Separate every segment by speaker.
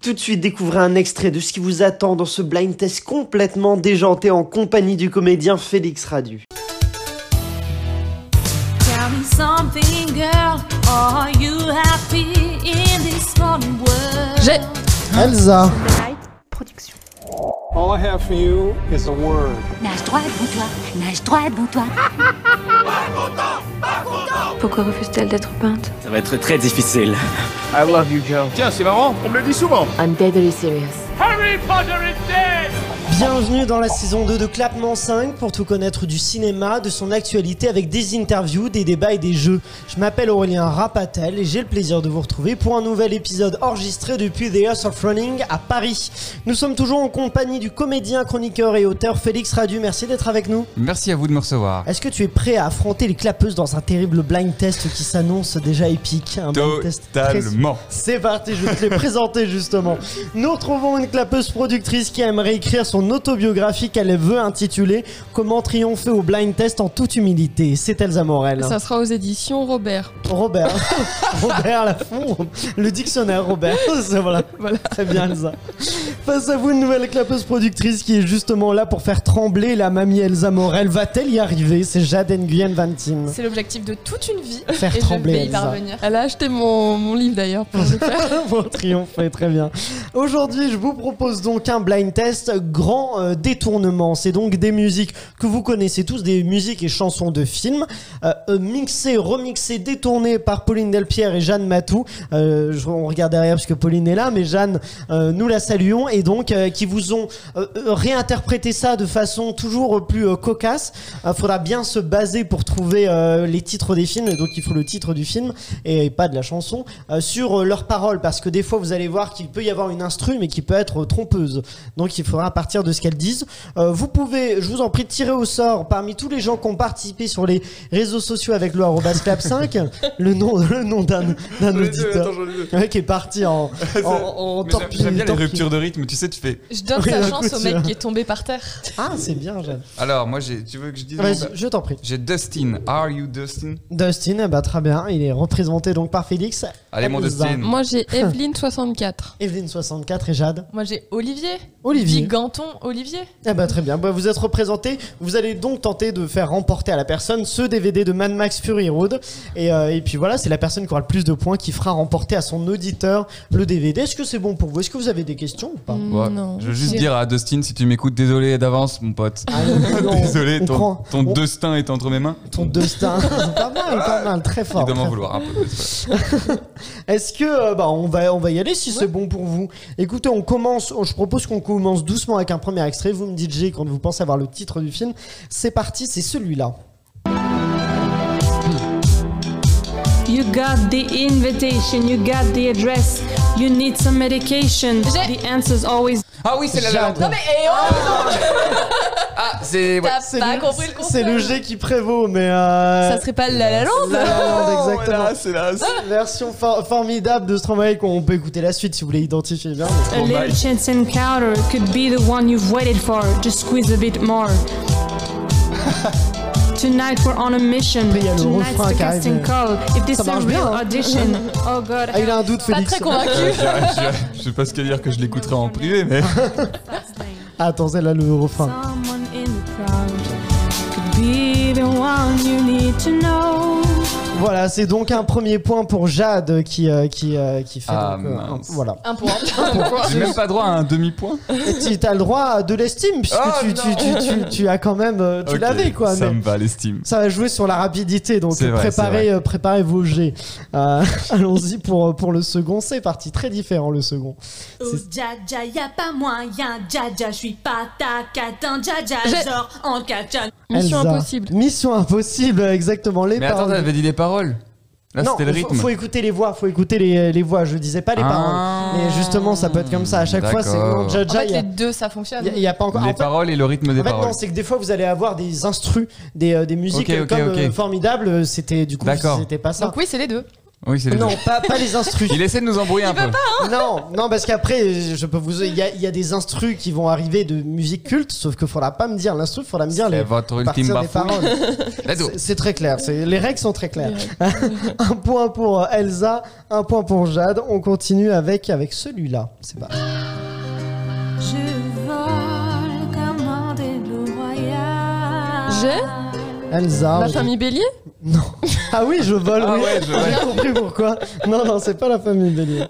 Speaker 1: Tout de suite, découvrez un extrait de ce qui vous attend dans ce blind test complètement déjanté en compagnie du comédien Félix Radu.
Speaker 2: Tell me something, girl. Are you happy in this modern world?
Speaker 3: J'ai-
Speaker 4: Elsa.
Speaker 5: Production.
Speaker 6: All I have for you is a word.
Speaker 7: Nage droit devant toi, nage droit devant toi.
Speaker 5: Pourquoi refuse-t-elle d'être peinte
Speaker 8: Ça va être très difficile.
Speaker 3: I'm deadly serious.
Speaker 1: Bienvenue dans la saison 2 de Clapement 5 pour tout connaître du cinéma, de son actualité avec des interviews, des débats et des jeux. Je m'appelle Aurélien Rapatel et j'ai le plaisir de vous retrouver pour un nouvel épisode enregistré depuis The House of Running à Paris. Nous sommes toujours en compagnie du comédien, chroniqueur et auteur Félix Radu. Merci d'être avec nous.
Speaker 9: Merci à vous de me recevoir.
Speaker 1: Est-ce que tu es prêt à affronter les clapeuses dans un terrible blind test qui s'annonce déjà épique Un blind test très-
Speaker 9: Totalement.
Speaker 1: c'est parti, je vais te les présenter justement. Nous retrouvons une clapeuse productrice qui aimerait écrire son autobiographie qu'elle veut intituler Comment triompher au blind test en toute humilité. C'est Elsa Morel.
Speaker 3: Ça sera aux éditions Robert.
Speaker 1: Robert. Robert Laffont. Le dictionnaire Robert. C'est- voilà.
Speaker 3: Voilà.
Speaker 1: Très bien Elsa. Face à vous, une nouvelle clapeuse productrice qui est justement là pour faire trembler la mamie Elsa Morel. Va-t-elle y arriver C'est Jade Nguyen Van Tim.
Speaker 10: C'est l'objectif de toute une vie.
Speaker 1: Faire
Speaker 10: et
Speaker 1: trembler
Speaker 10: je vais y
Speaker 1: Elsa.
Speaker 10: parvenir.
Speaker 3: Elle a acheté mon, mon livre d'ailleurs. pour le faire.
Speaker 1: pour triompher, très bien. Aujourd'hui, je vous propose donc un blind test grand euh, détournement. C'est donc des musiques que vous connaissez tous, des musiques et chansons de films, euh, euh, mixées, remixées, détournées par Pauline Delpierre et Jeanne Matou. Euh, je- on regarde derrière parce que Pauline est là, mais Jeanne, euh, nous la saluons et donc euh, qui vous ont euh, euh, réinterprété ça de façon toujours euh, plus euh, cocasse. Il faudra bien se baser pour trouver euh, les titres des films, et donc il faut le titre du film et pas de la chanson, euh, sur euh, leurs paroles, parce que des fois vous allez voir qu'il peut y avoir une instru, mais qui peut être euh, trompeuse. Donc il faudra partir de ce qu'elles disent. Euh, vous pouvez, je vous en prie, tirer au sort parmi tous les gens qui ont participé sur les réseaux sociaux avec le arobase clap5, le nom, le nom d'un d'un auditeur Ouais, qui est parti en, en, en
Speaker 9: Mais
Speaker 1: torpille-
Speaker 9: j'aime- J'aime bien les
Speaker 1: torpille.
Speaker 9: ruptures de rythme, tu sais, tu fais.
Speaker 10: Je donne
Speaker 1: Oui,
Speaker 10: sa
Speaker 1: un
Speaker 10: chance
Speaker 1: coup
Speaker 10: au
Speaker 1: de
Speaker 10: mec
Speaker 1: ça.
Speaker 10: qui est tombé par terre.
Speaker 1: Ah, c'est bien, Jeanne.
Speaker 9: Alors, moi, j'ai- tu veux que je dise. mon-
Speaker 1: Vas-y, je t'en prie.
Speaker 9: J'ai Dustin. Are you Dustin
Speaker 1: Dustin, eh ben, très bien. Il est représenté donc par Félix,
Speaker 9: Allez, mon
Speaker 1: Elsa.
Speaker 9: Dustin.
Speaker 3: Moi j'ai Evelyne64.
Speaker 1: Evelyne64 et Jade.
Speaker 10: Moi j'ai Olivier.
Speaker 1: Olivier.
Speaker 10: Dit Ganton, Olivier.
Speaker 1: Eh ben, très bien. Bah, vous êtes représenté. Vous allez donc tenter de faire remporter à la personne ce DVD de Mad Max Fury Road. Et, euh, et puis voilà, c'est la personne qui aura le plus de points qui fera remporter à son auditeur le DVD. Est-ce que c'est bon pour vous Est-ce que vous avez des questions ou pas
Speaker 10: Hmm,
Speaker 9: Ouais.
Speaker 3: Non.
Speaker 9: Je veux juste dire à Dustin, si tu m'écoutes, désolé d'avance, mon pote.
Speaker 1: Ah, non,
Speaker 9: désolé,
Speaker 1: on
Speaker 9: ton,
Speaker 1: prend-
Speaker 9: ton
Speaker 1: on-
Speaker 9: Dustin est entre mes mains.
Speaker 1: ton Dustin. pas mal, pas mal, très
Speaker 9: Il
Speaker 1: fort.
Speaker 9: doit m'en
Speaker 1: très
Speaker 9: vouloir un peu. c'est
Speaker 1: Est-ce que euh, bah, on va on va y aller si c'est bon pour vous. Écoutez, on commence. on- Je propose qu'on commence doucement avec un premier extrait. Vous me dites G quand vous pensez avoir le titre du film. C'est parti, c'est celui-là.
Speaker 2: You got the invitation, you got the address, you need some medication. The answer's always
Speaker 9: pas- Ah oui, c'est la
Speaker 1: Jade.
Speaker 9: la.
Speaker 10: Et oh,
Speaker 9: Ah, c'est. ouais.
Speaker 10: t'as
Speaker 1: C'est
Speaker 10: pas
Speaker 1: le-
Speaker 10: compris le concept.
Speaker 1: C'est le G qui prévaut, mais euh...
Speaker 3: Ça serait pas la la Land
Speaker 1: La La Land,
Speaker 9: Oh,
Speaker 1: exactement. Ah,
Speaker 9: voilà, c'est là. c'est-
Speaker 1: Version for- formidable de Stromae qu'on peut écouter la suite si vous voulez identifier bien. mais-
Speaker 2: a little chance encounter could be the one you've waited for. Just squeeze a bit more. Tonight we're on a mission.
Speaker 1: Après, il y a le
Speaker 2: Tonight's
Speaker 1: refrain
Speaker 2: the
Speaker 1: qui arrive,
Speaker 2: casting
Speaker 1: mais-
Speaker 2: call. If this
Speaker 1: Ça
Speaker 2: is a
Speaker 1: marche bien,
Speaker 2: real
Speaker 1: hein.
Speaker 2: audition. Oh God.
Speaker 1: Ah, il a un doute,
Speaker 10: Pas
Speaker 1: Félix.
Speaker 10: très convaincu.
Speaker 9: Euh, je- Je sais pas ce qu'il y a à dire que je l'écouterai en privé, mais.
Speaker 1: Ah, Attends, c'est là le refrain.
Speaker 2: Someone in the crowd could be the one you need to know.
Speaker 1: Voilà, c'est donc un premier point pour Jade qui, euh, qui, euh, qui fait.
Speaker 9: Ah,
Speaker 1: donc, euh,
Speaker 9: mince.
Speaker 1: un- voilà.
Speaker 10: Un point.
Speaker 9: J'ai même pas droit à un demi-point.
Speaker 1: Et tu as le droit à de l'estime, puisque
Speaker 9: Oh,
Speaker 1: tu, tu, tu, tu, tu as quand même. euh, Tu
Speaker 9: Ok,
Speaker 1: l'avais quoi.
Speaker 9: Ça
Speaker 1: mais-
Speaker 9: me va, l'estime.
Speaker 1: Ça va jouer sur la rapidité, donc
Speaker 9: C'est vrai, c'est
Speaker 1: préparez, euh, préparez vos jets. Euh, Allons-y pour, euh, pour le second. C'est parti, très différent le second.
Speaker 7: Oh, dja dja, y a pas moyen, dja dja, je suis pas ta catin, dja dja,
Speaker 3: J'ai-
Speaker 7: genre en catin.
Speaker 3: Mission
Speaker 1: Elsa.
Speaker 3: impossible.
Speaker 1: Mission impossible, exactement. Les
Speaker 9: Mais
Speaker 1: paroles.
Speaker 9: attends, t'avais dit les paroles. Là,
Speaker 1: non,
Speaker 9: c'était le
Speaker 1: faut-
Speaker 9: rythme.
Speaker 1: Faut, écouter les voix, faut écouter les, les voix. Je disais pas les
Speaker 9: Ah.
Speaker 1: paroles. Mais justement, ça peut être comme ça. À chaque fois, c'est
Speaker 9: D'accord.
Speaker 1: non, Jaja,
Speaker 10: En fait,
Speaker 1: y
Speaker 10: les
Speaker 1: a-
Speaker 10: deux, ça fonctionne.
Speaker 1: y a- y a pas encore.
Speaker 9: Les
Speaker 1: en fait,
Speaker 9: paroles et le rythme des
Speaker 1: en fait,
Speaker 9: paroles.
Speaker 1: non, c'est que des fois vous allez avoir des instrus, des, euh, des musiques
Speaker 9: Ok,
Speaker 1: euh,
Speaker 9: ok,
Speaker 1: comme
Speaker 9: ok.
Speaker 1: euh, formidables. C'était du coup,
Speaker 9: D'accord.
Speaker 1: c'était pas ça.
Speaker 10: Donc oui, c'est les deux.
Speaker 9: Oui, c'est les
Speaker 1: Non,
Speaker 9: deux.
Speaker 1: pas, pas les instrus.
Speaker 9: Il essaie de nous embrouiller un peu.
Speaker 1: Non, non, parce qu'après, je peux vous. Il y a, il y a des instrus qui vont arriver de musique culte, sauf que faudra pas me dire l'instru, faudra me dire
Speaker 9: C'est
Speaker 1: les.
Speaker 9: votre
Speaker 1: partir
Speaker 9: ultime
Speaker 1: des
Speaker 9: bafouille.
Speaker 1: paroles.
Speaker 9: Let's go.
Speaker 1: C'est- C'est très clair. c'est- Les règles sont très claires. un point pour euh, Elsa, un point pour Jade. On continue avec, avec celui-là. C'est pas.
Speaker 7: Je vole comme un des loups royaux.
Speaker 3: J'ai
Speaker 1: Elsa.
Speaker 3: Ma
Speaker 1: on-
Speaker 3: famille bélier
Speaker 1: Non. Ah oui, je vole.
Speaker 9: Ah
Speaker 1: oui.
Speaker 9: ouais, je- ouais.
Speaker 1: J'ai compris pourquoi. Non, non, c'est pas la famille Bélier.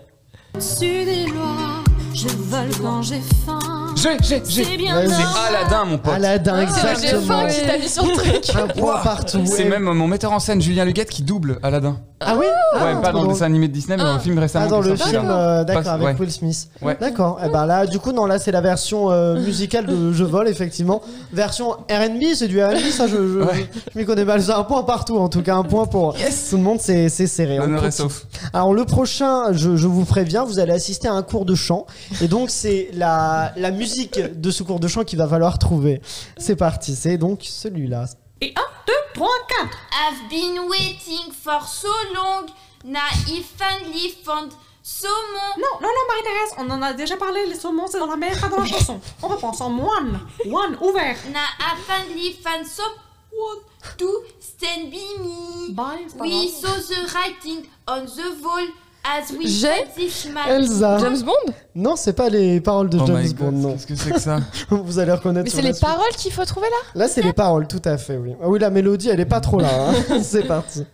Speaker 7: Au-dessus des lois, je vole quand j'ai faim.
Speaker 9: J'ai, j'ai, j'ai.
Speaker 7: C'est bien
Speaker 1: Ouais,
Speaker 9: C'est
Speaker 7: normal.
Speaker 9: Aladdin, mon pote. Ah,
Speaker 1: Aladdin,
Speaker 10: Ah,
Speaker 3: J'ai faim
Speaker 1: exactement.
Speaker 3: qui t'a mis sur le truc.
Speaker 1: Un point partout.
Speaker 9: C'est
Speaker 1: Et-
Speaker 9: même mon metteur en scène, Julien Luguette, qui double Aladdin.
Speaker 1: Ah oui Ah,
Speaker 9: ouais, pas dans le dessin animé de Disney, mais dans le film récemment.
Speaker 1: Ah, dans
Speaker 9: qui est
Speaker 1: le
Speaker 9: sorti,
Speaker 1: film,
Speaker 9: là.
Speaker 1: euh, d'accord,
Speaker 9: Parce-
Speaker 1: avec
Speaker 9: ouais.
Speaker 1: Will Smith.
Speaker 9: Ouais.
Speaker 1: D'accord. Et ben là, du coup, non, là, c'est la version euh, musicale de Je vole, effectivement. Version RB, c'est du RB, ça, je, je,
Speaker 9: Ouais.
Speaker 1: je m'y connais pas. C'est un point partout, en tout cas, un point pour tout le monde, c'est c'est serré. On
Speaker 9: L'honneur est
Speaker 1: continue.
Speaker 9: sauf.
Speaker 1: Alors le prochain, je, je vous préviens, vous allez assister à un cours de chant. Et donc c'est la, la musique de ce cours de chant qu'il va falloir trouver. C'est parti, c'est donc celui-là.
Speaker 7: Et 1, 2, 3, 4.
Speaker 4: I've been waiting for so long. Now I finally found saumon.
Speaker 8: Non, non, non, Marie-Thérèse, on en a déjà parlé, les saumons, c'est dans la mer, pas dans la chanson. On repense en moine, moine, ouvert.
Speaker 4: Now I finally found someone to stand by me.
Speaker 8: Bye, ça
Speaker 4: We
Speaker 8: va.
Speaker 4: saw the writing on the wall as we
Speaker 3: J'ai
Speaker 4: passed this man.
Speaker 1: Elsa.
Speaker 3: James Bond
Speaker 1: Non, c'est pas les paroles de
Speaker 9: Oh
Speaker 1: James
Speaker 9: my
Speaker 1: Bond,
Speaker 9: god,
Speaker 1: non.
Speaker 9: qu'est-ce que c'est que ça
Speaker 1: Vous allez reconnaître.
Speaker 10: Mais
Speaker 1: sur
Speaker 10: c'est
Speaker 1: la
Speaker 10: les
Speaker 1: suite.
Speaker 10: paroles qu'il faut trouver là
Speaker 1: Là, c'est les paroles, tout à fait, oui. Ah oui, la mélodie, elle est pas trop là. hein. c'est parti.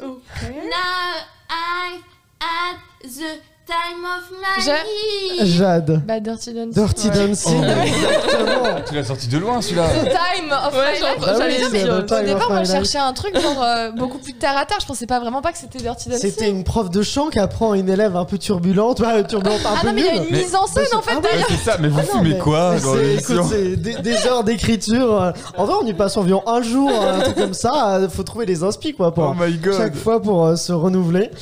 Speaker 8: On relève
Speaker 4: Now I had the time of my
Speaker 3: J'ai-
Speaker 4: life.
Speaker 1: Jade.
Speaker 10: Bah, Dirty Dancing.
Speaker 1: Dirty Dancing.
Speaker 9: Oh.
Speaker 1: Exactement.
Speaker 9: Tu l'as sorti de loin, celui-là.
Speaker 10: Time of my
Speaker 3: genre,
Speaker 10: life.
Speaker 1: Ah
Speaker 3: j'allais
Speaker 1: oui,
Speaker 3: dire,
Speaker 1: c'est
Speaker 3: mais,
Speaker 1: le
Speaker 3: euh,
Speaker 1: Time
Speaker 10: Au départ,
Speaker 1: of
Speaker 10: moi,
Speaker 1: my
Speaker 10: je
Speaker 1: life.
Speaker 10: cherchais un truc genre euh, beaucoup plus tard à tard. Je pensais pas vraiment pas que c'était Dirty Dancing.
Speaker 1: C'était une prof de chant qui apprend à une élève un peu turbulente, bah, turbulente, un
Speaker 10: Ah
Speaker 1: peu
Speaker 10: non, mais il y a
Speaker 1: nulle.
Speaker 10: une mise en scène
Speaker 1: Ah
Speaker 10: en fait
Speaker 1: ouais.
Speaker 10: derrière.
Speaker 9: c'est ça, mais vous
Speaker 1: Ah non, mais- mais c'est- écoute, c'est des, des heures d'écriture. euh, En vrai, on y passe environ un jour, euh, un truc comme ça. euh, Faut trouver les inspi quoi pour
Speaker 9: Oh my god.
Speaker 1: chaque fois pour euh, se renouveler.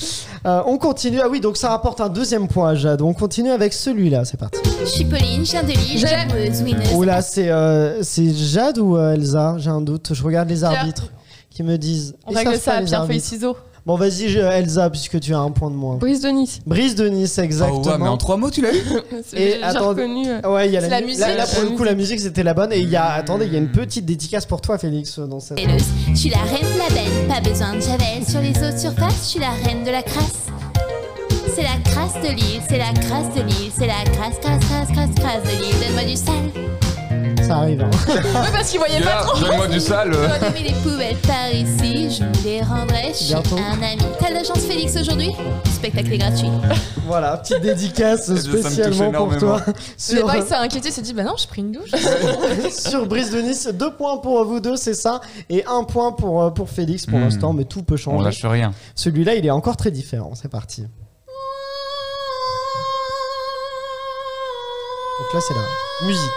Speaker 1: Euh, on continue. Ah oui, donc ça rapporte un deuxième point à Jade. On continue avec celui-là. C'est parti.
Speaker 4: Chipoline, chandelier,
Speaker 3: J'ai-
Speaker 4: charmeuse, winner.
Speaker 1: Oh là, c'est euh, c'est Jade ou euh, Elsa J'ai un doute. Je regarde les arbitres qui me disent.
Speaker 10: On
Speaker 1: Ils savent
Speaker 10: règle
Speaker 1: pas,
Speaker 10: ça à
Speaker 1: les
Speaker 10: pierre feuille
Speaker 1: arbitres.
Speaker 10: ciseaux.
Speaker 1: Bon, vas-y je- Elsa puisque tu as un point de moins.
Speaker 3: Brise de Nice.
Speaker 1: Brise de Nice, exactement.
Speaker 9: Oh ouais, mais en trois mots, tu l'as eu
Speaker 3: C'est- J'ai
Speaker 1: attendez-
Speaker 3: reconnu. euh,
Speaker 1: Ouais, il y a la,
Speaker 10: C'est la
Speaker 1: mu-
Speaker 10: musique.
Speaker 1: Là, là, pour
Speaker 3: La
Speaker 1: le coup, la musique c'était la bonne. Et il y a, attendez, il y a une petite dédicace pour toi, Félix, dans cette.
Speaker 4: Véleuse. Je suis la reine de la belle, pas besoin de javel. Sur les eaux de surface, je suis la reine de la crasse. C'est la crasse de l'île, c'est la crasse de l'île, c'est la crasse, crasse, crasse, crasse, crasse de l'île. Donne-moi du sale.
Speaker 1: Ça arrive. hein.
Speaker 10: Oui, parce qu'ils voyaient pas
Speaker 9: Gars,
Speaker 10: trop.
Speaker 9: Donne-moi du sale.
Speaker 4: Enlever les poubelles par ici, je vous les rendrai chez
Speaker 1: Bientôt.
Speaker 4: un ami. T'as de la chance, Félix, aujourd'hui Le spectacle est gratuit.
Speaker 1: Voilà, petite dédicace
Speaker 9: Eh bien, ça me touche
Speaker 1: spécialement pour toi.
Speaker 9: énormément.
Speaker 10: Le
Speaker 1: Sur,
Speaker 10: bail s'est inquiété, il s'est dit bah non, j'ai pris une douche.
Speaker 1: sur Brise de Nice, deux points pour vous deux, c'est ça. Et un point pour, euh, pour Félix pour
Speaker 9: Hmm.
Speaker 1: l'instant, mais tout peut
Speaker 9: On
Speaker 1: changer.
Speaker 9: lâche rien.
Speaker 1: Celui-là, il est encore très différent. C'est parti. Donc là, c'est la musique.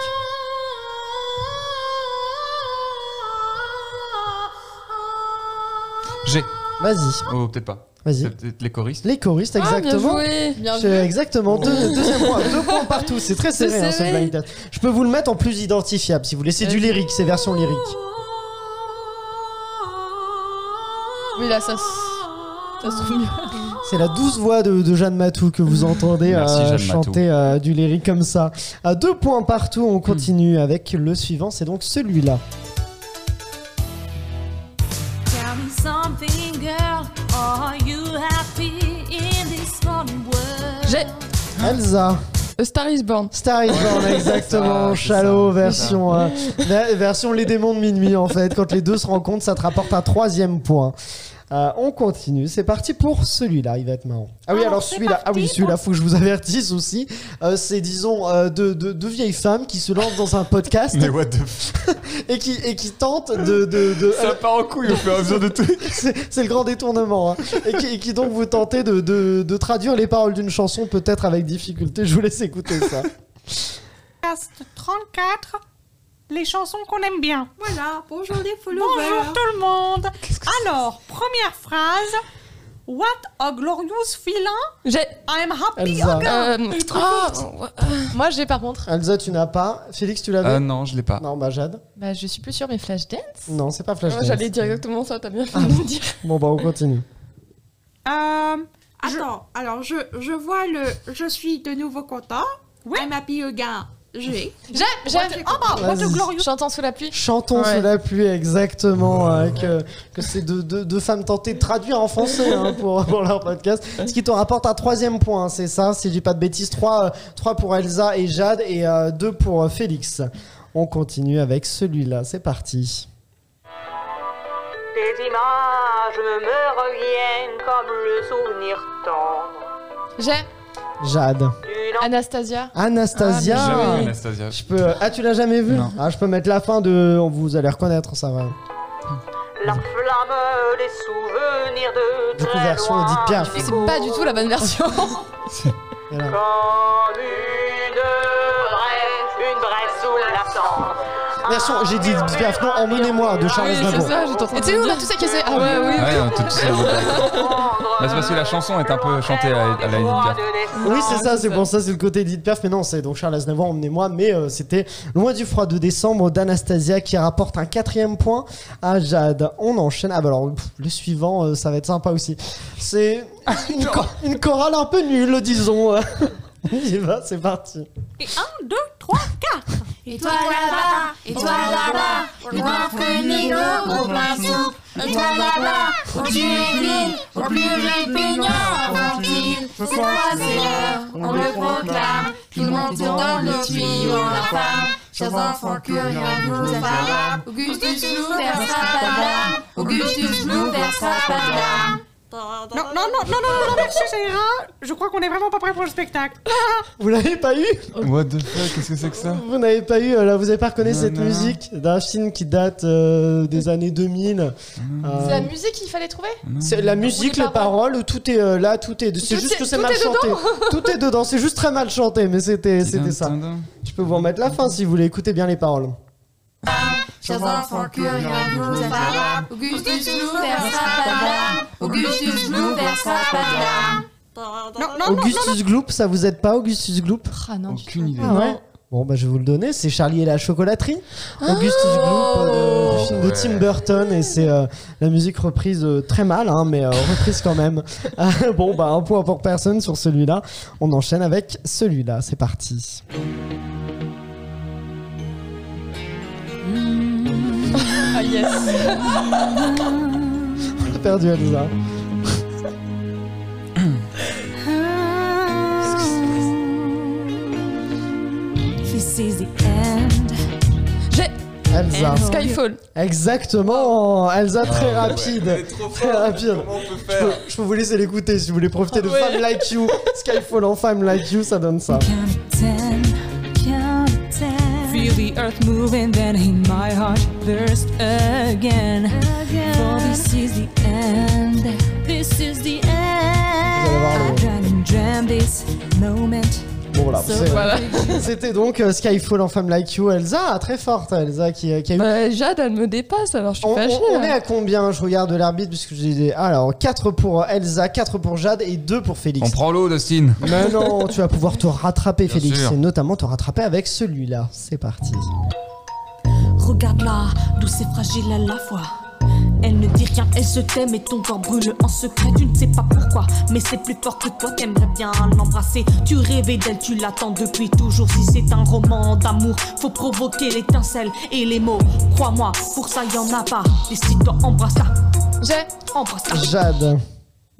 Speaker 9: J'ai.
Speaker 1: Vas-y,
Speaker 9: Oh, peut-être pas.
Speaker 1: vas-y.
Speaker 9: C'est peut-être les choristes.
Speaker 1: Les choristes, exactement.
Speaker 3: Ah, bien joué.
Speaker 10: Bien
Speaker 1: Je-
Speaker 10: vu.
Speaker 1: exactement,
Speaker 9: Oh.
Speaker 1: deux, deuxième point, deux points partout, c'est très serré,
Speaker 3: C'est
Speaker 1: hein, ce
Speaker 3: serré.
Speaker 1: blind test. Je peux vous le mettre en plus identifiable si vous voulez, c'est du lyrique, c'est version lyrique.
Speaker 10: Oui, là, ça se ça se trouve mieux.
Speaker 1: C'est la douce voix de, de Jeanne Matou que vous entendez
Speaker 9: Merci,
Speaker 1: euh,
Speaker 9: Jeanne
Speaker 1: chanter euh, du lyrique comme ça. À deux points partout, on continue avec le suivant, c'est donc celui-là.
Speaker 7: Tell me something, girl. Are you happy in this modern world?
Speaker 3: J'ai
Speaker 1: Elsa,
Speaker 3: A Star is Born.
Speaker 1: Star is Born, exactement,
Speaker 9: Ah. ça, c'est
Speaker 1: Shallow,
Speaker 9: ça, c'est
Speaker 1: version, euh, la- version Les démons de minuit en fait. Quand les deux se rencontrent, ça te rapporte un troisième point. Euh, on continue, c'est parti pour celui-là, il va être marrant. Ah oui,
Speaker 8: Alors,
Speaker 1: alors
Speaker 8: c'est
Speaker 1: celui-là, ah oui,
Speaker 8: parti.
Speaker 1: celui-là, faut que je vous avertisse aussi. Euh, c'est disons euh, deux de, vieilles femmes qui se lancent dans un podcast
Speaker 9: Mais what the f...
Speaker 1: et qui, et qui tentent de. de, de-
Speaker 9: Ça part en couille au fur et à mesure de tout.
Speaker 1: c'est c'est le grand détournement. hein. Et, qui, et qui donc vous tentez de, de- de traduire les paroles d'une chanson peut-être avec difficulté. Je vous laisse écouter ça.
Speaker 8: Cast 34, les chansons qu'on aime bien.
Speaker 5: Voilà, bonjour les followers.
Speaker 8: Bonjour tout le monde. Alors, première phrase. What a glorious feeling
Speaker 3: J'ai.
Speaker 8: I'm happy
Speaker 1: Elsa.
Speaker 8: again.
Speaker 3: Euh, ah, moi, j'ai par contre.
Speaker 1: Elsa, tu n'as pas. Félix, tu l'avais
Speaker 9: Ah non, je l'ai pas.
Speaker 1: Non, bah Jade.
Speaker 10: Bah, je suis plus sur mes flash dance.
Speaker 1: Non, c'est pas
Speaker 3: Moi,
Speaker 1: Flashdance.
Speaker 3: Ah, J'allais dire exactement ça, t'as bien
Speaker 10: Ah.
Speaker 3: fait de le dire.
Speaker 1: Bon, bah on continue.
Speaker 8: Euh,
Speaker 11: Attends, alors je, je vois le. Je suis de nouveau content.
Speaker 8: Ouais.
Speaker 11: I'm happy again. J'ai. Ah,
Speaker 3: J'ai, j'ai.
Speaker 8: oh bah, what a
Speaker 1: Vas-y.
Speaker 8: glorious.
Speaker 3: J'entends sous la pluie.
Speaker 1: Chantons
Speaker 3: Ouais.
Speaker 1: sous la pluie, exactement, euh, que, que ces deux, deux- deux femmes tentaient de traduire en français hein, pour, pour leur podcast. Ce qui te rapporte un troisième point, hein, c'est ça, si je dis pas de bêtises. Trois, euh, trois pour Elsa et Jade et euh, deux pour euh, Félix. On continue avec celui-là, c'est parti.
Speaker 7: Des images me reviennent comme le souvenir tendre.
Speaker 3: J'ai.
Speaker 1: Jade.
Speaker 3: Anastasia.
Speaker 1: Anastasia.
Speaker 10: Ah,
Speaker 9: Jamais vu Anastasia.
Speaker 1: Ah. Je peux... Ah, tu l'as jamais vu
Speaker 9: Non.
Speaker 1: Ah, je peux mettre la fin de. Vous allez reconnaître, ça va.
Speaker 7: La flamme des souvenirs de
Speaker 1: Du coup, version Edith Piaf.
Speaker 10: C'est pas du tout la bonne version.
Speaker 1: Et là.
Speaker 7: Comme une brève, une brève sous la cendre.
Speaker 1: Version, j'ai dit Piaf, non, emmenez-moi de Charles
Speaker 10: Ah oui, c'est
Speaker 1: Aznavour.
Speaker 10: ça, j'étais en train
Speaker 3: Et
Speaker 10: de
Speaker 3: tu sais,
Speaker 10: le
Speaker 3: on
Speaker 10: dire.
Speaker 3: a tous acquiescé. Ah ouais, oui.
Speaker 9: Ouais, on te dit ça. Bah, c'est parce que la chanson est un peu chantée à, à la Edith Piaf.
Speaker 1: Oui, c'est
Speaker 10: Ah,
Speaker 1: ça, c'est pour ça, c'est le côté Edith Piaf, mais non, c'est donc Charles Aznavour, emmenez-moi, mais euh, c'était Loin du froid de décembre d'Anastasia qui rapporte un quatrième point à Jade. On enchaîne. Ah bah alors, pff, le suivant, euh, ça va être sympa aussi. C'est une, cho- une chorale un peu nulle, disons. On y va, c'est parti.
Speaker 11: Et 1, 2, 3, 4.
Speaker 4: Et toi là-bas, et toi là-bas, loin frémilot, au plein souffle. Et toi là-bas, où tu églises, au plus répugnant avant-il. Ce soir, c'est l'heure, on le proclame. Tout le monde tourne le tuyau, la femme. Chers enfants, que rien ne vous affame. Augustus nous versa pas d'âme. Augustus nous versa pas d'âme.
Speaker 8: Non, non, non, non, non, non, non, merci, ça ira. Je crois qu'on est vraiment pas prêt pour le spectacle.
Speaker 1: Vous l'avez pas eu
Speaker 9: What the fuck, qu'est-ce que c'est que ça
Speaker 1: Vous n'avez pas eu, euh, là, vous n'avez pas reconnu cette
Speaker 9: Non, non.
Speaker 1: musique d'un film qui date euh, des années 2000.
Speaker 10: C'est
Speaker 9: Mmh.
Speaker 1: Euh,
Speaker 10: la musique qu'il fallait trouver
Speaker 1: C'est la musique,
Speaker 10: les
Speaker 1: les paroles, tout est euh, là, tout est. C'est
Speaker 10: Tout
Speaker 1: juste
Speaker 10: est-
Speaker 1: que c'est
Speaker 10: tout
Speaker 1: mal
Speaker 10: est
Speaker 1: chanté. Tout est dedans, c'est juste très mal chanté, mais c'était c'était ça.
Speaker 9: Dindindin.
Speaker 1: Je peux vous remettre la fin si vous voulez, écoutez bien les paroles.
Speaker 4: Chers enfants, que rien ne vous affame. Augustus nous versa pas d'âme. Augustus nous versa pas d'âme.
Speaker 8: Non, Ah, non, non.
Speaker 1: Augustus Gloop, ça vous aide pas, Augustus Gloop
Speaker 10: Ah non.
Speaker 9: Aucune idée.
Speaker 1: Ah ouais Bon, bah je vais vous le donner, c'est Charlie et la chocolaterie. Augustus
Speaker 8: Ah.
Speaker 1: Gloop, euh, du film de
Speaker 9: Ouais.
Speaker 1: Tim Burton, et c'est euh, la musique reprise euh, très mal, hein, mais euh, reprise quand même. Ah, bon, bah un point pour personne sur celui-là. On enchaîne avec celui-là, c'est parti.
Speaker 10: Ah yes.
Speaker 1: On a perdu Elsa.
Speaker 7: This is the end.
Speaker 10: J'ai.
Speaker 1: Elsa.
Speaker 10: Ah, Skyfall.
Speaker 1: Exactement, Elsa très
Speaker 9: Ah ouais.
Speaker 1: rapide.
Speaker 9: Elle est trop
Speaker 1: Très
Speaker 9: forte,
Speaker 1: rapide.
Speaker 9: Comment on peut
Speaker 1: Je peux,
Speaker 9: faire Ah,
Speaker 1: je peux vous laisser l'écouter si vous voulez profiter de Femme Like You. Skyfall en Femme Like You, ça donne ça.
Speaker 7: Count of ten, count of ten. Feel the earth moving, then in my heart burst again. For this is the end. This is the
Speaker 1: Vous allez
Speaker 7: end.
Speaker 1: voir
Speaker 7: I
Speaker 1: le-
Speaker 7: dream and dream this moment.
Speaker 1: Bon voilà, c'est-
Speaker 10: Voilà.
Speaker 1: c'était donc euh, Skyfall en Femme Like You. Elsa, très forte Elsa qui, euh, qui a eu...
Speaker 10: Bah, Jade, elle me dépasse alors je suis
Speaker 1: On,
Speaker 10: fâchée. hein.
Speaker 1: on-
Speaker 3: hein.
Speaker 1: on est à combien Je regarde l'arbitre puisque j'ai des... Alors, 4 pour euh, Elsa, 4 pour Jade et 2 pour Félix.
Speaker 9: On prend l'eau, Dustin.
Speaker 1: Mais non, tu vas pouvoir te rattraper
Speaker 9: Bien
Speaker 1: Félix
Speaker 9: sûr.
Speaker 1: et notamment te rattraper avec celui-là. C'est parti.
Speaker 7: Regarde-la, douce et fragile à la fois. Elle ne dit rien, elle se t'aime et ton corps brûle en secret. Tu ne sais pas pourquoi, mais c'est plus fort que toi. T'aimerais bien l'embrasser. Tu rêvais d'elle, tu l'attends depuis toujours. Si c'est un roman d'amour, faut provoquer l'étincelle et les mots. Crois-moi, pour ça y en a pas. Décide-toi, embrasse-la,
Speaker 10: J'ai.
Speaker 7: embrasse-la.
Speaker 1: Jade.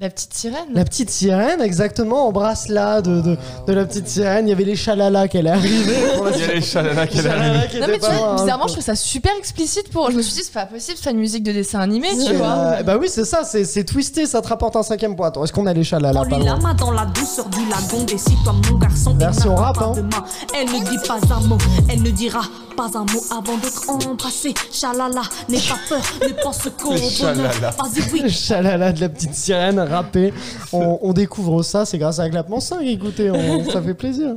Speaker 10: La petite sirène.
Speaker 1: La petite sirène, exactement, embrasse-la de, de, de la petite sirène. Il y avait les chalalas qu'elle est arrivée. pour la
Speaker 9: Il y a les chalala qu'elle arrive.
Speaker 1: Chalala qui
Speaker 10: Non
Speaker 1: était
Speaker 10: mais tu
Speaker 1: pas
Speaker 10: vois,
Speaker 1: loin, hein.
Speaker 10: bizarrement, je trouve ça super explicite pour. Je me suis dit, c'est pas possible, c'est une musique de dessin animé, tu
Speaker 1: Euh,
Speaker 10: vois.
Speaker 1: bah oui, c'est ça, c'est c'est twisté, ça te rapporte un cinquième point. Attends, est-ce qu'on a les chalalas
Speaker 7: Prends-lui
Speaker 1: pas
Speaker 7: la
Speaker 1: loin
Speaker 7: main dans la douceur du lagon. Décide-toi, mon garçon. et
Speaker 1: Version
Speaker 7: n'attends
Speaker 1: rap,
Speaker 7: pas
Speaker 1: hein.
Speaker 7: demain. Elle ne dit pas un mot. Elle ne dira pas un mot avant d'être embrassée. Chalala, n'aie pas peur. Ne pense qu'au
Speaker 9: Le
Speaker 7: bonheur.
Speaker 9: chalala.
Speaker 7: Vas-y, oui.
Speaker 1: Le chalala de la petite sirène rappée. On, on découvre ça, c'est grâce à Clapement 5, écoutez, on- ça fait plaisir.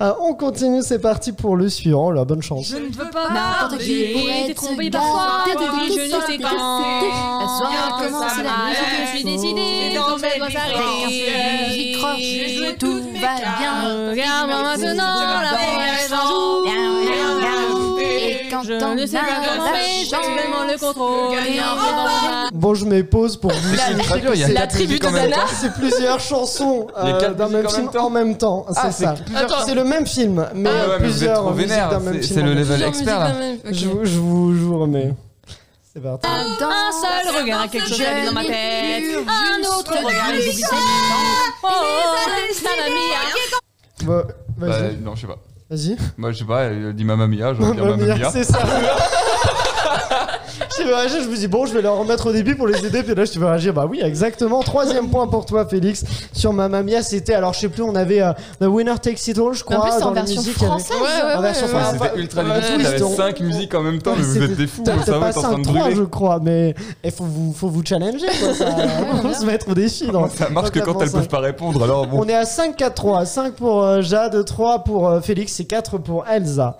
Speaker 1: Euh, on continue, c'est parti pour le suivant, là, bonne chance.
Speaker 7: ne veux
Speaker 4: N'importe qui pourrait être
Speaker 7: trompé
Speaker 4: trompé parfois.
Speaker 7: parfois.
Speaker 4: Moi, je ne sais quand.
Speaker 2: Oh,
Speaker 7: La soirée a commencé, la musique, je suis décidée.
Speaker 4: décidée.
Speaker 7: Désormais,
Speaker 2: je dois s'arrêter. J'y crois, tout va bien. Regarde-moi Euh, maintenant, la mauvaise joue. Et quand on ne sait pas comment faire, je vais prendre le contrôle. Et on reprendra.
Speaker 1: Bon, je mets pause pour vous signifier
Speaker 9: dur,
Speaker 1: que
Speaker 9: il y a
Speaker 1: c'est-
Speaker 9: quatre musiques en même temps.
Speaker 1: C'est plusieurs chansons
Speaker 9: Il y a
Speaker 1: euh,
Speaker 9: quatre
Speaker 1: d'un même
Speaker 9: musiques en
Speaker 1: film
Speaker 9: même temps
Speaker 1: en même temps.
Speaker 9: Ah,
Speaker 1: C'est
Speaker 9: c'est
Speaker 1: ça.
Speaker 9: plusieurs-
Speaker 1: Attends. C'est le même film, mais
Speaker 9: Ah ouais, mais vous êtes
Speaker 1: plusieurs
Speaker 9: trop
Speaker 1: musiques
Speaker 9: vénère,
Speaker 1: d'un même
Speaker 9: c'est-
Speaker 1: film.
Speaker 9: c'est le
Speaker 1: en même
Speaker 9: level
Speaker 1: temps.
Speaker 9: expert, là.
Speaker 1: Je vous- je vous je vous remets. C'est parti.
Speaker 2: Dans un seul regard, quelque chose arrive dans ma tête. Un autre regard, et j'oublie ça. Oh, ça m'a mis à-
Speaker 1: Bah,
Speaker 9: Bah,
Speaker 1: vas-y.
Speaker 9: non, je sais pas.
Speaker 1: Vas-y.
Speaker 9: Moi, je sais pas, elle dit Mamma Mia, je vais dire
Speaker 1: Mamma
Speaker 9: Mamma
Speaker 1: Mia,
Speaker 9: Mia.
Speaker 1: c'est ça. Je t'ai réagi, je me dis bon, je vais leur remettre au début pour les aider, puis là je te fais réagir. Bah oui, exactement. Troisième point pour toi, Félix. Sur Mamma Mia, c'était alors je sais plus, on avait euh, The Winner Takes It All, je crois.
Speaker 3: Mais en plus, c'est
Speaker 1: dans
Speaker 3: en
Speaker 1: les
Speaker 3: version
Speaker 1: musiques, avec-
Speaker 3: française. Ouais, ouais,
Speaker 1: en version
Speaker 3: ouais,
Speaker 9: Ouais,
Speaker 1: française.
Speaker 9: C'était ultra
Speaker 1: Bah,
Speaker 9: difficile,
Speaker 1: twist,
Speaker 9: t'avais
Speaker 1: on-
Speaker 9: 5 musiques en même temps, mais vous êtes des fous,
Speaker 1: T'as
Speaker 9: ça
Speaker 1: t'as
Speaker 9: va,
Speaker 1: pas
Speaker 9: t'es en train
Speaker 1: 5
Speaker 9: de
Speaker 1: 3
Speaker 9: brûler.
Speaker 1: je crois, mais il faut vous, faut vous challenger. Quoi, ça... faut se mettre au défi. dans-
Speaker 9: Ah, Ça marche que quand
Speaker 1: dans
Speaker 9: elles peuvent
Speaker 1: ça.
Speaker 9: pas répondre, alors bon.
Speaker 1: On est à 5-4-3. 5 pour euh, Jade, 3 pour euh, Félix et 4 pour Elsa.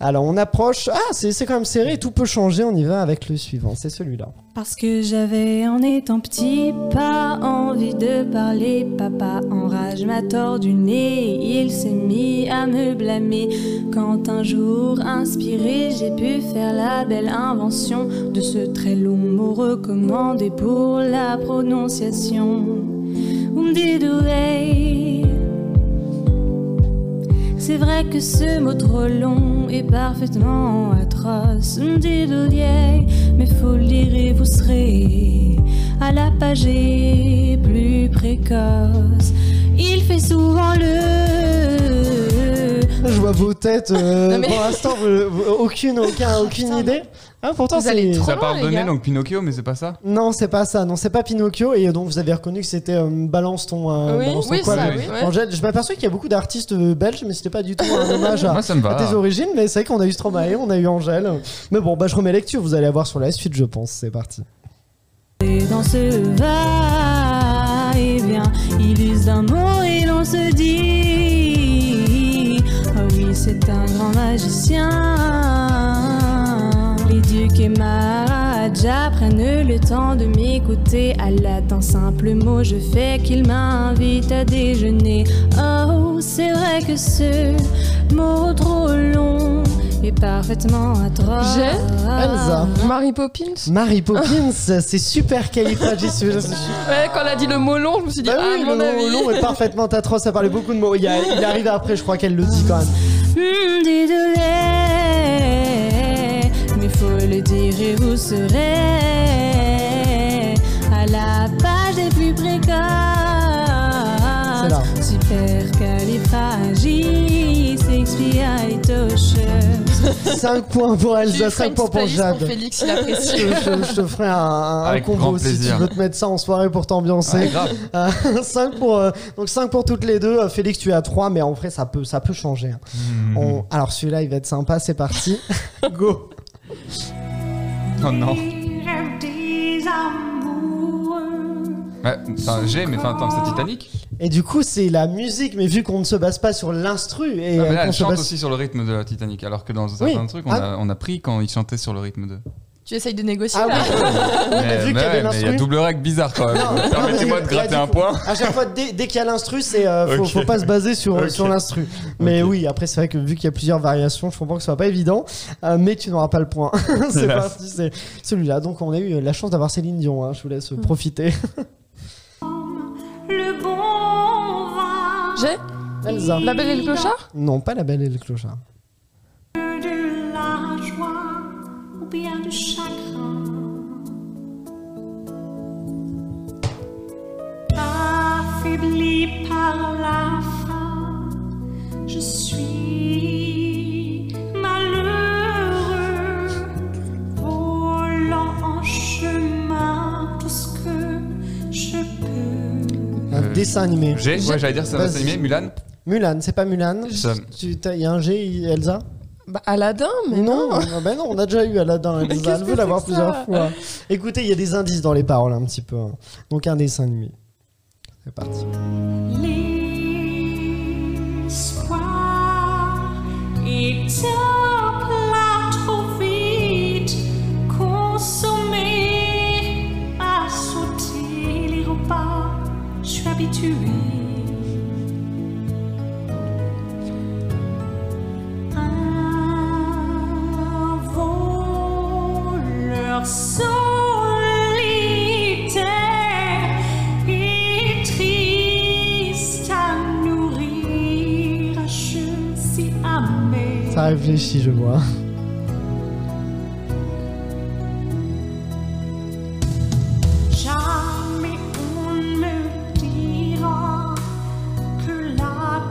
Speaker 1: Alors on approche. Ah, c'est c'est quand même serré, tout peut changer. On y va avec le suivant, c'est celui-là.
Speaker 12: Parce que j'avais en étant petit pas envie de parler, papa en rage m'a tordu le nez, il s'est mis à me blâmer. Quand un jour inspiré, j'ai pu faire la belle invention de ce très long mot recommandé pour la prononciation. Umdidoué. C'est vrai que ce mot trop long est parfaitement atroce. Mdidoué. Mais faut le lire et vous serez à la pagée plus précoce. Il fait souvent le.
Speaker 1: Je vois vos têtes. euh,
Speaker 12: Non, mais- Oh,
Speaker 1: Pour l'instant, vous- vous- aucune, aucun- aucune idée. Ah, pourtant, c'est
Speaker 9: Ça pardonnait donc Pinocchio, mais c'est pas ça
Speaker 1: Non, c'est pas ça. Non, c'est pas Pinocchio. Et donc, vous avez reconnu que c'était euh, Balance ton. euh,
Speaker 9: Oui,
Speaker 1: balance ton
Speaker 9: oui,
Speaker 1: quoi,
Speaker 9: ça,
Speaker 1: mais-
Speaker 9: oui, ouais.
Speaker 1: Angèle, je m'aperçois qu'il y a beaucoup d'artistes euh, belges, mais c'était pas du tout un hommage à,
Speaker 9: Moi, ça me va.
Speaker 1: à tes origines. Mais c'est vrai qu'on a eu Stromae, on a eu Angèle. Mais bon, bah, je remets lecture. Vous allez avoir sur la suite, je pense. C'est parti.
Speaker 12: Et dans ce va-et-vient, il use un mot et l'on se dit Ah oui, c'est un grand magicien. Les ducs et Maharaja prennent le temps de m'écouter. À la d'un simple mot, je fais qu'il m'invite à déjeuner. Oh, c'est vrai que ce mot trop long est parfaitement atroce.
Speaker 3: J'ai
Speaker 1: Elsa.
Speaker 3: Euh, Mary Poppins.
Speaker 1: Mary Poppins, c'est super qualificatif.
Speaker 3: Ouais, quand elle a dit le mot long, je me suis dit, ah,
Speaker 1: Bah Oui,
Speaker 3: mon
Speaker 1: le
Speaker 3: avis.
Speaker 1: long est parfaitement atroce. Ça parlait beaucoup de mots. Il, y a- il arrive après, je crois qu'elle le dit quand même.
Speaker 12: Hmm, désolé, mais faut le dire et vous serez à la page des plus
Speaker 1: C'est là.
Speaker 12: précoces. Super califragis, expialitoche.
Speaker 1: 5 points pour Elsa, 5 points pour
Speaker 12: playlist
Speaker 1: Jade.
Speaker 12: pour Félix, il apprécie.
Speaker 1: Je, je- je te ferai un, un
Speaker 9: Avec grand
Speaker 1: combo si tu
Speaker 9: plaisir.
Speaker 1: veux te mettre ça en soirée pour t'ambiancer.
Speaker 9: Ouais, grave.
Speaker 1: 5 pour, euh, donc 5 pour toutes les deux. Euh, Félix, tu es à 3, mais en vrai, ça peut, ça peut changer. hein.
Speaker 9: Mhm.
Speaker 1: On- alors celui-là, il va être sympa, c'est parti. Go
Speaker 9: Oh non.
Speaker 4: Des amoureux.
Speaker 9: Ouais, enfin, j'ai, mais enfin, attends, c'est Titanic
Speaker 1: Et du coup, c'est la musique, mais vu qu'on ne se base pas sur l'instru et
Speaker 9: Ah, mais
Speaker 1: euh, qu'on
Speaker 9: là, elle
Speaker 1: se
Speaker 9: chante
Speaker 1: base
Speaker 9: aussi sur le rythme de la Titanic, alors que dans
Speaker 1: Oui.
Speaker 9: certains trucs, on,
Speaker 1: Ah.
Speaker 9: a, on a pris quand ils chantaient sur le rythme de.
Speaker 3: Tu essayes de négocier.
Speaker 1: oui.
Speaker 3: là.
Speaker 9: Mais
Speaker 1: vu qu'il y
Speaker 9: mais
Speaker 1: avait
Speaker 9: ouais, mais il y a
Speaker 1: l'instru-
Speaker 9: double règle bizarre quand même. Permettez-moi de
Speaker 1: Là,
Speaker 9: gratter
Speaker 1: du
Speaker 9: un
Speaker 1: coup,
Speaker 9: point.
Speaker 1: À chaque fois, dès, dès qu'il y a l'instru, c'est euh, faut,
Speaker 9: Ok.
Speaker 1: faut pas se baser sur,
Speaker 9: Ok.
Speaker 1: sur l'instru. Mais oui, après c'est vrai que vu qu'il y a plusieurs variations, je comprends que ce soit pas évident. euh, mais tu n'auras pas le point. c'est
Speaker 9: Hélas.
Speaker 1: parti, c'est celui-là. Donc on a eu euh, la chance d'avoir Céline Dion. hein. Je vous
Speaker 3: Mm.
Speaker 1: laisse profiter.
Speaker 4: Le bon vin.
Speaker 3: J'ai
Speaker 1: Elsa.
Speaker 3: La Belle et le Clochard
Speaker 1: Non, pas la Belle et le Clochard.
Speaker 4: de la joie ou bien du chagrin. Affaibli par la faim, je suis malheureux, volant en chemin tout ce que je peux.
Speaker 1: Un
Speaker 9: Euh,
Speaker 1: dessin animé.
Speaker 9: J'ai, ouais, j'allais dire, c'est un
Speaker 1: Vas-y.
Speaker 9: dessin animé, Mulan.
Speaker 1: Mulan, c'est pas Mulan.
Speaker 9: Ça-
Speaker 1: Tu- t'as- Il y a un G, Elsa
Speaker 3: Bah, Aladdin, mais
Speaker 1: non. ah bah non, on a déjà eu Aladdin.
Speaker 3: Mais
Speaker 1: Elsa.
Speaker 3: qu'est-ce
Speaker 1: Elle
Speaker 3: que
Speaker 1: veut l'avoir
Speaker 3: c'est que ça
Speaker 1: plusieurs fois. Écoutez, il y a des indices dans les paroles un petit peu. hein. Donc un dessin animé. C'est parti.
Speaker 4: L'espoir est un plat trop vite consommé à sauter les repas
Speaker 7: Un voleur solitaire et triste à nourrir, je suis amer.
Speaker 1: Ça réfléchit, je vois.
Speaker 7: Jamais on ne dira que la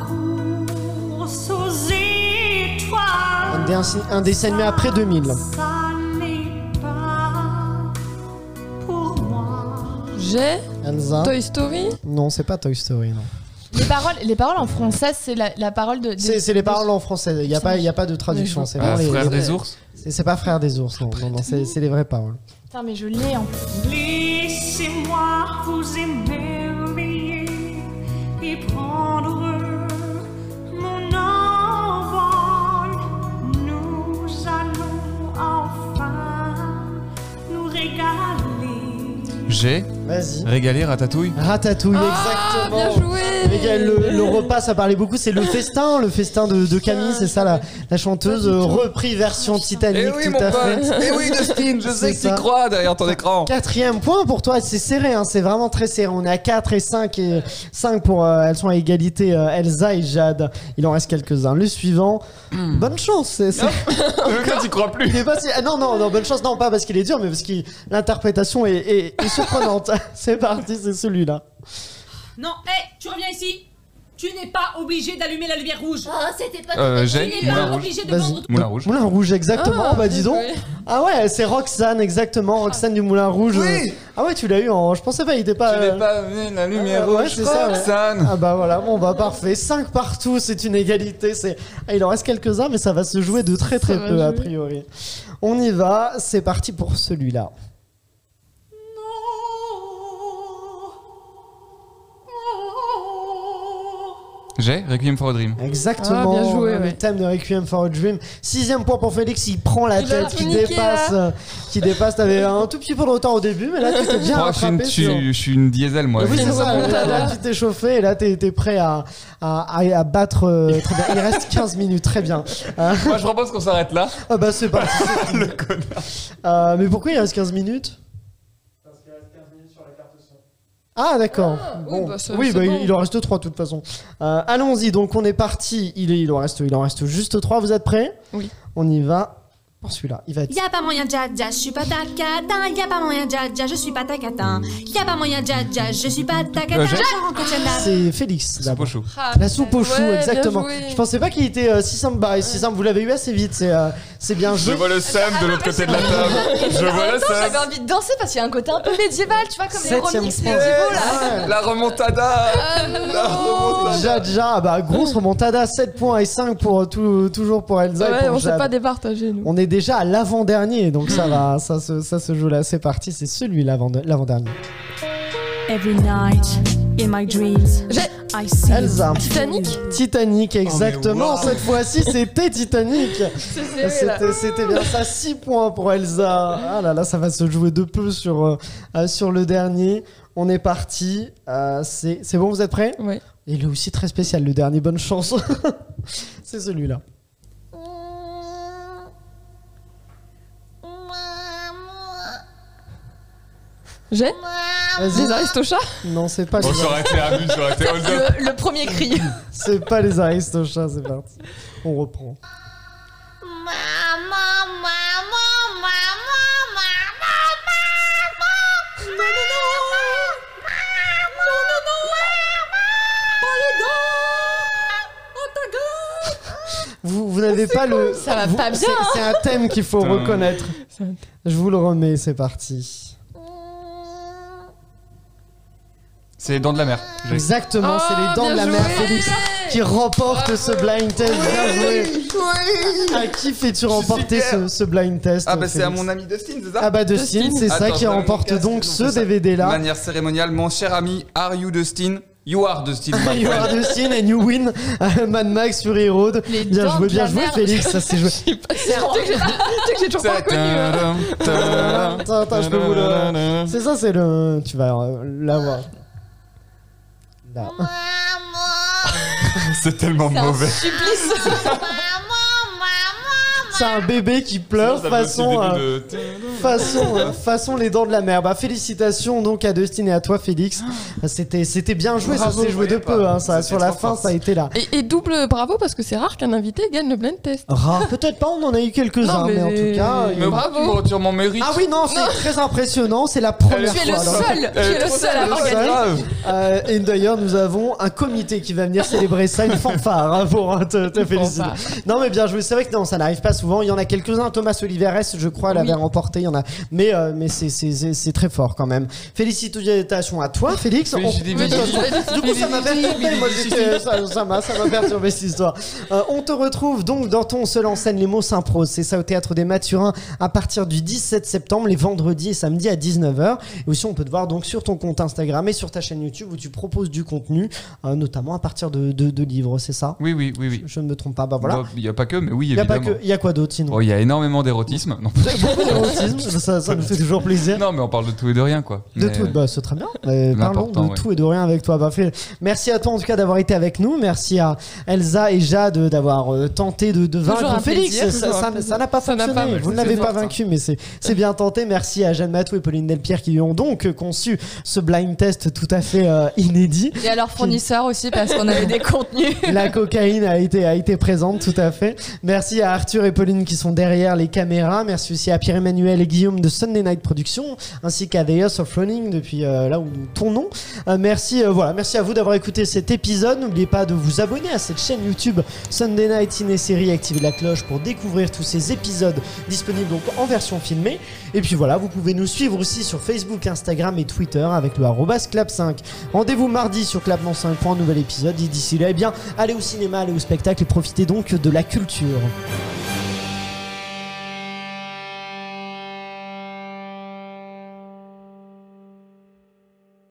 Speaker 7: course aux
Speaker 1: Un,
Speaker 7: étoiles,
Speaker 1: des- un dessin animé après 2000.
Speaker 7: ça n'est pas pour moi.
Speaker 3: Hein J'ai
Speaker 1: Anza.
Speaker 3: Toy Story.
Speaker 1: Non, c'est pas Toy Story, non.
Speaker 13: Les paroles, les paroles en français, c'est la, la parole de. de-
Speaker 1: C'est c'est les paroles en français, il n'y a, pas- il y a pas de traduction. c'est vraiment les-
Speaker 9: Frères
Speaker 1: les-
Speaker 9: Ah, des ours
Speaker 1: C'est c'est pas Frères des ours, non, non, non, c'est c'est les vraies paroles.
Speaker 13: Putain, mais je l'ai en
Speaker 7: Laissez-moi vous émerveiller et prendre mon envol. Nous allons enfin nous régaler.
Speaker 9: J'ai
Speaker 1: Vas-y.
Speaker 3: Ah,
Speaker 9: régalé Ratatouille.
Speaker 1: Ratatouille, exactement. Les gars, le, le repas, ça parlait beaucoup. C'est le festin, le festin de, de Camille, c'est ça la, la chanteuse euh, repris version Titanic,
Speaker 9: Eh oui,
Speaker 1: tout
Speaker 9: mon
Speaker 1: à
Speaker 9: pote.
Speaker 1: fait.
Speaker 9: Eh oui, Dustin, je sais
Speaker 1: C'est
Speaker 9: que tu
Speaker 1: ça.
Speaker 9: crois derrière ton écran.
Speaker 1: Quatrième point pour toi, c'est serré, hein, c'est vraiment très serré. On est à 4 et 5 et 5 pour euh, elles sont à égalité euh, Elsa et Jade. Il en reste quelques-uns. Le suivant,
Speaker 9: Hmm.
Speaker 1: bonne chance. C'est, c'est...
Speaker 9: Le gars, t'y crois plus.
Speaker 1: Mais pas si- ah non, non, non, bonne chance, non, pas parce qu'il est dur, mais parce que l'interprétation est, est- est surprenante. c'est parti, c'est celui-là.
Speaker 14: Non, hé, tu reviens ici. Tu n'es pas obligé d'allumer la lumière rouge. Oh, c'était pas.
Speaker 9: Euh, j'ai
Speaker 14: Tu n'es
Speaker 9: Moulin
Speaker 14: pas
Speaker 9: Rouge.
Speaker 14: obligé de
Speaker 1: Vas-y.
Speaker 14: vendre.
Speaker 9: Moulin Rouge.
Speaker 1: Moulin Rouge, exactement.
Speaker 14: Ah,
Speaker 1: bah dis donc.
Speaker 14: oui.
Speaker 1: Ah ouais, c'est Roxane, exactement. Roxane du Moulin Rouge.
Speaker 9: Oui.
Speaker 1: Euh, Ah ouais, tu l'as eu en. Je pensais pas, il était pas.
Speaker 9: Tu
Speaker 1: euh,
Speaker 9: n'es pas venu la lumière
Speaker 1: Ah, ouais,
Speaker 9: rouge,
Speaker 1: c'est ça, ouais.
Speaker 9: Roxane.
Speaker 1: Ah bah voilà, bon bah parfait. 5 partout, c'est une égalité. C'est. Ah, il en reste quelques-uns, mais ça va se jouer de très très
Speaker 3: Ça va
Speaker 1: peu a
Speaker 3: jouer.
Speaker 1: priori. On y va, c'est parti pour celui-là.
Speaker 9: J'ai Requiem for a Dream.
Speaker 1: Exactement.
Speaker 3: Ah, bien joué,
Speaker 1: le
Speaker 3: ouais.
Speaker 1: thème de Requiem for a Dream. Sixième point pour Félix, il prend la
Speaker 3: Il a
Speaker 1: tête,
Speaker 3: tout
Speaker 1: qui
Speaker 3: niqué,
Speaker 1: dépasse,
Speaker 3: là.
Speaker 1: euh, qui dépasse. T'avais un tout petit peu de retard au début, mais là tu t'es bien
Speaker 9: Oh, je, suis une,
Speaker 1: rattrapé.
Speaker 9: je
Speaker 1: sur-
Speaker 9: suis- je suis une diesel, moi.
Speaker 1: Oui, c'est ça. Là, tu t'es chauffé et là, t'es t'es prêt à, à, à- à battre. euh, très bien. Il reste 15 minutes, très bien. Euh,
Speaker 9: Moi, je propose qu'on s'arrête là.
Speaker 1: ah bah, c'est parti.
Speaker 9: Le connard.
Speaker 1: Euh, mais pourquoi il reste 15 minutes ah d'accord.
Speaker 3: oui,
Speaker 1: Bon.
Speaker 3: bah, ça-
Speaker 1: oui,
Speaker 3: c'est
Speaker 1: bah, il-
Speaker 3: bon.
Speaker 1: il en reste trois de toute façon. Euh, Allons-y, donc on est parti. Il, est- il, en reste, il en reste juste trois. Vous êtes prêts
Speaker 3: Oui.
Speaker 1: On y va pour celui-là. Il va être...
Speaker 4: Y a pas moyen dja dja, je suis pas ta catin. Y a pas moyen dja dja, je suis pas ta catin. Y a pas moyen dja dja, je suis pas ta catin.
Speaker 9: Euh, j'ai-
Speaker 4: Je rencontre Jana.
Speaker 1: C'est Félix.
Speaker 9: C'est
Speaker 1: d'abord.
Speaker 9: pas chaud.
Speaker 1: La soupe au chou,
Speaker 3: Ouais, bien
Speaker 1: exactement.
Speaker 3: joué.
Speaker 1: Je pensais pas qu'il était euh, si simple. Bah, si simple, vous l'avez eu assez vite. C'est euh, c'est Ah, bien
Speaker 9: Je
Speaker 1: joué.
Speaker 9: vois le Sam de l'autre côté de la table. Je
Speaker 3: En
Speaker 9: vois
Speaker 1: Ah,
Speaker 3: même
Speaker 9: le
Speaker 3: temps,
Speaker 9: Sam.
Speaker 3: j'avais envie de danser parce qu'il y a un côté un peu médiéval, tu vois, comme les
Speaker 1: Septième
Speaker 3: remix
Speaker 1: point.
Speaker 3: médiévaux là. Ah,
Speaker 1: Ouais. Ah,
Speaker 9: La remontada. La remontada.
Speaker 1: Déjà, déjà, bah, grosse remontada, 7 points et 5 pour, euh, tout- toujours pour Elsa. et
Speaker 3: Ouais,
Speaker 1: pour
Speaker 3: on sait
Speaker 1: Jade.
Speaker 3: pas Hmm. départager, nous.
Speaker 1: On est déjà à l'avant-dernier, donc ça va, ça se, ça se joue là, c'est parti, c'est celui l'avant- l'avant-dernier.
Speaker 7: Every night in my dreams,
Speaker 3: J'ai-
Speaker 7: I see
Speaker 1: Elsa.
Speaker 3: Titanic
Speaker 1: Titanic,
Speaker 9: Oh,
Speaker 1: exactement,
Speaker 9: waouh.
Speaker 1: cette fois-ci c'était Titanic.
Speaker 3: serré,
Speaker 1: Ah, C'était
Speaker 3: là.
Speaker 1: c'était bien ça, 6 points pour Elsa. Ah là là, ça va se jouer de peu sur, euh, euh, sur le dernier. On est parti, Euh, c'est c'est bon, vous êtes prêts
Speaker 3: Ouais.
Speaker 1: Il est aussi très spécial, le dernier, bonne chance. c'est celui-là.
Speaker 3: J'ai
Speaker 1: Vas-y.
Speaker 3: Les Aristochats
Speaker 1: Non, Ah, c'est pas
Speaker 9: Bon,
Speaker 1: les
Speaker 9: ça aurait été abus, ça aurait été hold up.
Speaker 3: le, le premier cri.
Speaker 1: C'est pas les Aristochats, c'est parti. On reprend. Vous, vous n'avez pas le.
Speaker 3: Ça va
Speaker 1: vous-
Speaker 3: pas bien,
Speaker 1: c'est-
Speaker 3: hein.
Speaker 1: C'est un thème qu'il faut
Speaker 9: Putain.
Speaker 1: reconnaître.
Speaker 3: C'est un-
Speaker 1: Je vous le remets, c'est parti.
Speaker 9: C'est les dents de la mer. J'ai-
Speaker 1: Exactement, c'est les
Speaker 3: Oh,
Speaker 1: dents de la mer Félix qui remporte ce blind test. Bien joué. À qui fais-tu remporter ce,
Speaker 9: fier.
Speaker 1: ce blind test
Speaker 9: Ah, bah c'est à
Speaker 1: Félix
Speaker 9: mon ami Dustin, c'est ça
Speaker 1: Ah bah Dustin, c'est ça
Speaker 9: Attends, bah,
Speaker 1: qui
Speaker 9: je vais
Speaker 1: remporte
Speaker 9: me casser,
Speaker 1: donc
Speaker 9: ils ont
Speaker 1: ce
Speaker 9: fait ça.
Speaker 1: DVD
Speaker 9: De
Speaker 1: là.
Speaker 9: manière cérémoniale, mon cher ami, are you Dustin You are Dustin. my
Speaker 1: You
Speaker 9: friend.
Speaker 1: are Dustin and you win Mad Max Fury Road.
Speaker 3: Les
Speaker 1: Bien
Speaker 3: dents
Speaker 1: joué,
Speaker 3: de
Speaker 1: bien
Speaker 3: la
Speaker 1: joué
Speaker 3: mer.
Speaker 1: Félix, ça c'est joué.
Speaker 3: C'est que j'ai- tu sais que j'ai toujours pas reconnu. hein.
Speaker 9: Tadam, tadam,
Speaker 1: Attends, attends, je peux vous le-
Speaker 9: tadam.
Speaker 1: C'est ça, c'est le. Tu vas euh, l'avoir. Là.
Speaker 9: C'est tellement
Speaker 1: C'est un
Speaker 9: mauvais.
Speaker 1: C'est un bébé qui pleure
Speaker 9: C'est dans un petit
Speaker 1: façon,
Speaker 9: début
Speaker 1: euh,
Speaker 9: de-
Speaker 1: façon, euh, façon les dents de la mer. Bah, félicitations donc à Dustin et à toi, Félix. C'était, c'était bien joué,
Speaker 3: Ah. Bravo,
Speaker 1: ça s'est joué de peu. hein, ça, sur la fin, ça a été là.
Speaker 3: Et, et double bravo parce que c'est rare qu'un invité gagne le blind test.
Speaker 1: Ra- Peut-être pas, on en a eu quelques-uns,
Speaker 3: Non,
Speaker 1: mais...
Speaker 3: mais-
Speaker 1: en tout cas. il y a-
Speaker 3: Mais bravo. Tu me retires mon mérite.
Speaker 1: Ah oui, non,
Speaker 3: Non.
Speaker 1: c'est très impressionnant, c'est la première
Speaker 3: Tu
Speaker 1: fois.
Speaker 3: es le
Speaker 1: alors.
Speaker 3: seul, tu es le seul à avoir
Speaker 1: seul.
Speaker 3: gagné. Grave.
Speaker 1: Euh, et d'ailleurs, nous avons un comité qui va venir célébrer ça, une fanfare hein, pour hein, te, te féliciter. Non, mais bien joué, c'est vrai que non, ça n'arrive pas souvent. Il y en a quelques-uns, Thomas Oliveres, je crois, l'avait remporté, il y en a. Mais, euh, mais c'est- c'est c'est- c'est très fort quand même. Félicitations à toi, Félix. On- Du coup, ça m'a perturbé, moi, j'étais- ça- ça m'a ça m'a perturbé cette histoire. Euh, on te retrouve donc dans ton seul en scène Les mots s'improsent. C'est ça au théâtre des Mathurins à partir du 17 septembre, les vendredis et samedis à 19h. Et aussi, on peut te voir donc sur ton compte Instagram et sur ta chaîne YouTube où tu proposes du contenu, euh, notamment à partir de, de- de livres, c'est ça
Speaker 9: Oui, oui, oui, oui.
Speaker 1: Je ne me trompe pas. Bah voilà.
Speaker 9: Il n'y a pas que, mais oui,
Speaker 1: Il y a pas
Speaker 9: évidemment.
Speaker 1: que. Il y a quoi d'autre sinon
Speaker 9: Oh, il y a énormément d'érotisme. Non.
Speaker 1: Beaucoup d'érotisme, ça, ça nous fait toujours plaisir.
Speaker 9: Non, mais on parle de tout et de rien, quoi.
Speaker 1: De
Speaker 9: Mais-
Speaker 1: tout, bah, c'est très bien. Euh, parlons de
Speaker 9: L'important, ouais.
Speaker 1: tout et de rien avec toi. Bah, Phil, merci à toi en tout cas d'avoir été avec nous. Merci à Elsa et Jade d'avoir euh, tenté de, de
Speaker 3: Toujours
Speaker 1: vaincre
Speaker 3: un
Speaker 1: Félix.
Speaker 3: plaisir,
Speaker 1: ça,
Speaker 3: toujours un
Speaker 1: ça-
Speaker 3: plaisir.
Speaker 1: ça n'a pas
Speaker 3: Ça n'a
Speaker 1: fonctionné.
Speaker 3: pas mal,
Speaker 1: Vous ne
Speaker 3: c'est
Speaker 1: l'avez pas
Speaker 3: sûr, ça.
Speaker 1: vaincu, mais c'est c'est bien tenté. Merci à Jeanne Matou et Pauline Delpierre qui lui ont donc conçu ce blind test tout à fait euh, inédit.
Speaker 15: Et à leurs fournisseurs aussi, parce qu'on avait des contenus.
Speaker 1: La cocaïne a été, a été présente, tout à fait. Merci à Arthur et Pauline qui sont derrière les caméras. Merci aussi à Pierre-Emmanuel et Guillaume de Sunday Night Productions, ainsi qu'à The House of Running depuis euh, là où nous tournons. Euh, merci, euh, voilà, merci à vous d'avoir écouté cet épisode. N'oubliez pas de vous abonner à cette chaîne YouTube Sunday Night Ciné Série. Activez la cloche pour découvrir tous ces épisodes disponibles donc en version filmée. Et puis voilà, vous pouvez nous suivre aussi sur Facebook, Instagram et Twitter avec le arrobas clap5. Rendez-vous mardi sur clapement 5 pour un nouvel épisode. Et d'ici là, eh bien, allez au cinéma, allez au spectacle et profitez donc de la culture.